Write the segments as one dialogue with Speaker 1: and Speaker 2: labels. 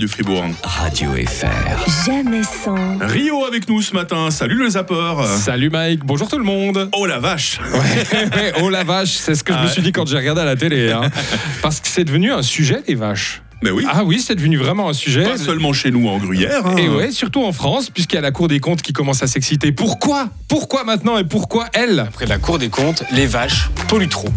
Speaker 1: du Fribourg.
Speaker 2: Radio FR.
Speaker 3: Jamais sans.
Speaker 1: Rio avec nous ce matin. Salut le zappeur.
Speaker 4: Salut Mike, bonjour tout le monde.
Speaker 1: Oh la vache.
Speaker 4: Ouais, oh la vache, c'est ce que je
Speaker 1: Ah.
Speaker 4: me suis dit quand j'ai regardé à la télé. hein. Parce que c'est devenu un sujet, les vaches.
Speaker 1: Mais oui.
Speaker 4: Ah oui, c'est devenu vraiment un sujet.
Speaker 1: Pas seulement chez nous en Gruyère. hein.
Speaker 4: Et ouais, surtout en France, puisqu'il y a la Cour des comptes qui commence à s'exciter. Pourquoi Pourquoi maintenant et pourquoi elle
Speaker 2: Après la Cour des comptes, les vaches polluent trop.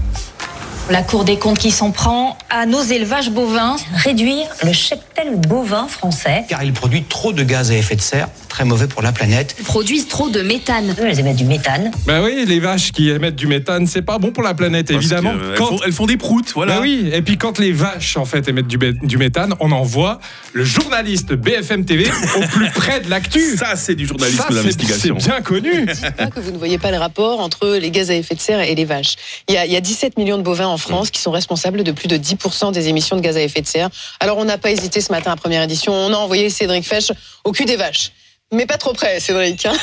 Speaker 5: La Cour des comptes qui s'en prend à nos élevages bovins.
Speaker 6: réduire le cheptel bovin français.
Speaker 7: car il produit trop de gaz à effet de serre, très mauvais pour la planète.
Speaker 3: Produisent trop de méthane.
Speaker 6: Eux, elles émettent du méthane.
Speaker 4: Ben oui, les vaches qui émettent du méthane, c'est pas bon pour la planète,
Speaker 1: Parce
Speaker 4: évidemment.
Speaker 1: que, euh, elles,
Speaker 4: Quand-
Speaker 1: font, elles font des proutes, voilà.
Speaker 4: Ben oui, et puis quand les vaches en fait émettent du, bé- du méthane, on envoie le journaliste BFM TV au plus près de l'actu.
Speaker 1: Ça, c'est du
Speaker 4: Ça,
Speaker 1: journalisme
Speaker 4: c'est-
Speaker 1: d'investigation.
Speaker 4: C'est bien connu.
Speaker 8: pas que vous ne voyez pas le rapport entre les gaz à effet de serre et les vaches. Il y a, il y a 17 millions de bovins en France qui sont responsables de plus de 10% des émissions de gaz à effet de serre. Alors on n'a pas hésité ce matin à première édition, on a envoyé Cédric Fesch au cul des vaches. Mais pas trop près, Cédric. hein.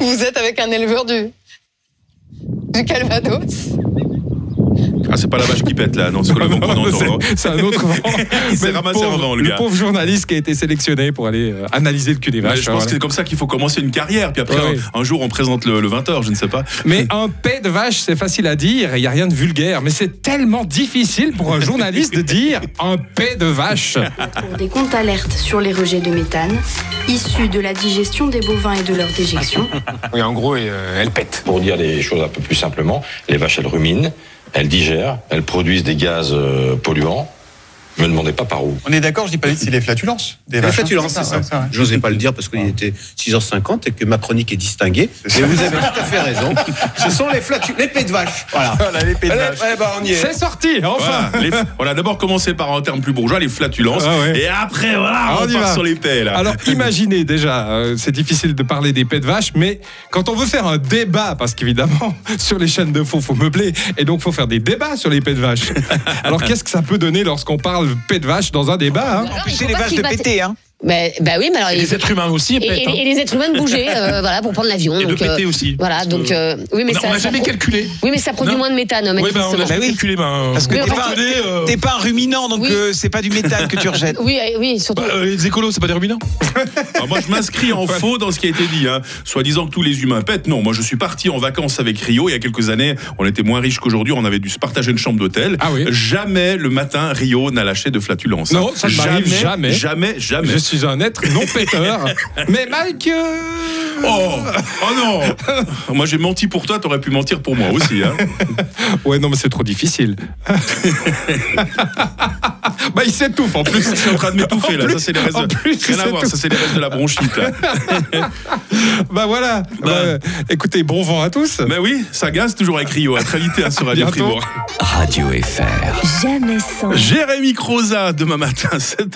Speaker 8: vous êtes avec un éleveur du, du Calvados.
Speaker 1: Ah, c'est pas la vache qui pète là, non, c'est le hein. vent qu'on
Speaker 4: Non,
Speaker 1: entend.
Speaker 4: c'est- C'est un autre vent.
Speaker 1: Il s'est
Speaker 4: Mais le
Speaker 1: ramassé
Speaker 4: pauvre-
Speaker 1: un vent, le
Speaker 4: le
Speaker 1: gars.
Speaker 4: pauvre journaliste qui a été sélectionné pour aller euh, analyser le cul des
Speaker 1: Mais
Speaker 4: vaches. hein,
Speaker 1: je pense
Speaker 4: voilà.
Speaker 1: que c'est comme ça qu'il faut commencer une carrière. Puis après,
Speaker 4: Ouais, ouais.
Speaker 1: un, un jour, on présente le, 20h, je ne sais pas.
Speaker 4: Mais un paix de vache, c'est facile à dire, il n'y a rien de vulgaire, mais c'est tellement difficile pour un journaliste de dire un paix de vache.
Speaker 3: Des comptes alertes sur les rejets de méthane, issus de la digestion des bovins et de leur déjection.
Speaker 2: Oui, en gros, euh, elles pètent.
Speaker 9: Pour dire les choses un peu plus simplement, les vaches, elles ruminent, elles digèrent, elles produisent des gaz euh, polluants. Me demandez pas par où.
Speaker 10: On est d'accord, je dis pas vite, c'est les flatulences. Des
Speaker 11: La
Speaker 10: vaches, hein,
Speaker 11: flatulences,
Speaker 10: c'est ça, ouais, ouais.
Speaker 11: J'osais pas le dire parce qu'il était 6h50 et que ma chronique est distinguée. Mais vous avez tout à fait raison. Ce sont les flatulences, les pets de vache. Voilà.
Speaker 10: Voilà, les pets de
Speaker 11: Allez,
Speaker 10: vache.
Speaker 11: ouais, bah, on y est.
Speaker 4: C'est sorti, enfin
Speaker 1: Voilà, les- on a d'abord commencé par un terme plus bourgeois, les flatulences.
Speaker 4: Ah ouais.
Speaker 1: Et après, voilà,
Speaker 4: Ah,
Speaker 1: on,
Speaker 4: on y
Speaker 1: part
Speaker 4: va.
Speaker 1: sur les paix là.
Speaker 4: Alors imaginez déjà, euh, c'est difficile de parler des pets de vache, mais quand on veut faire un débat, parce qu'évidemment sur les chaînes de faux faut meubler, et donc faut faire des débats sur les pets de vache. Alors qu'est-ce que ça peut donner lorsqu'on parle pets de vache dans un débat hein
Speaker 7: Empêcher les vaches de péter, hein.
Speaker 8: Mais, bah oui, mais alors les êtres humains aussi et, et- et les êtres humains de bouger, euh, voilà, pour prendre l'avion. Et de péter aussi. Voilà, donc euh, oui, mais ça. On n'a jamais calculé. Oui, mais ça produit moins de méthane, manifestement.
Speaker 7: Bah oui, parce que
Speaker 8: Oui,
Speaker 7: t'es
Speaker 8: en fait, euh,
Speaker 7: pas, t'es pas un ruminant, donc
Speaker 8: Oui.
Speaker 7: euh, c'est pas du métal que tu rejettes.
Speaker 8: oui, euh, oui, surtout.
Speaker 1: Alors, Ah, moi, je m'inscris en faux dans ce qui a été dit. Hein. Soit disant que tous les humains pètent, non. Moi, je suis parti en vacances avec Rio il y a quelques années. On était moins riches qu'aujourd'hui. On avait dû se partager une chambre d'hôtel.
Speaker 4: Ah oui.
Speaker 1: Jamais le matin, Rio n'a lâché de flatulence. hein.
Speaker 4: Non, ça ne m'arrive jamais.
Speaker 1: Jamais, jamais.
Speaker 4: Je suis un être non péteur, mais Mike. euh,
Speaker 1: Oh, oh non Moi, j'ai menti pour toi. T'aurais pu mentir pour moi aussi. Hein.
Speaker 4: Ouais, non, mais c'est trop difficile. bah, il s'étouffe en plus.
Speaker 1: Je suis en train de m'étouffer là.
Speaker 4: En
Speaker 1: Ça, c'est les restes.
Speaker 4: plus- en plus,
Speaker 1: Rien à
Speaker 4: c'est
Speaker 1: voir.
Speaker 4: tout.
Speaker 1: Ça, c'est les restes de la bronchite. Là.
Speaker 4: Bah voilà. Bah, euh, écoutez, bon vent à tous.
Speaker 1: Mais oui, ça gaze toujours avec Rio. À très vite hein, sur Radio
Speaker 4: Bientôt.
Speaker 1: Fribourg.
Speaker 2: Radio FR.
Speaker 3: Jamais sans.
Speaker 1: Jérémy Croza demain matin 7h.